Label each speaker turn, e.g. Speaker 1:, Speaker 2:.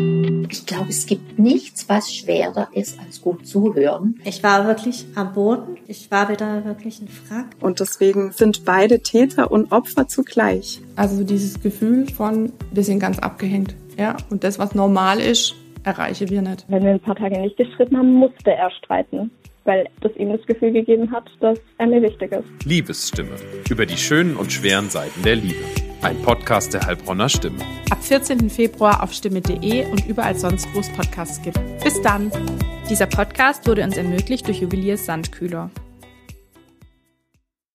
Speaker 1: Und ich glaube, es gibt nichts, was schwerer ist, als gut zuhören.
Speaker 2: Ich war wirklich am Boden. Ich war wieder wirklich ein Frack.
Speaker 3: Und deswegen sind beide Täter und Opfer zugleich.
Speaker 4: Also dieses Gefühl von, wir sind ganz abgehängt. Ja, und das, was normal ist, erreichen wir nicht.
Speaker 5: Wenn wir ein paar Tage nicht gestritten haben, musste er streiten weil das ihm das Gefühl gegeben hat, dass er mir wichtig ist.
Speaker 6: Liebesstimme. Über die schönen und schweren Seiten der Liebe. Ein Podcast der Heilbronner Stimme.
Speaker 7: Ab 14. Februar auf stimme.de und überall sonst, wo es Podcasts gibt. Bis dann.
Speaker 8: Dieser Podcast wurde uns ermöglicht durch Juwelier Sandkühler.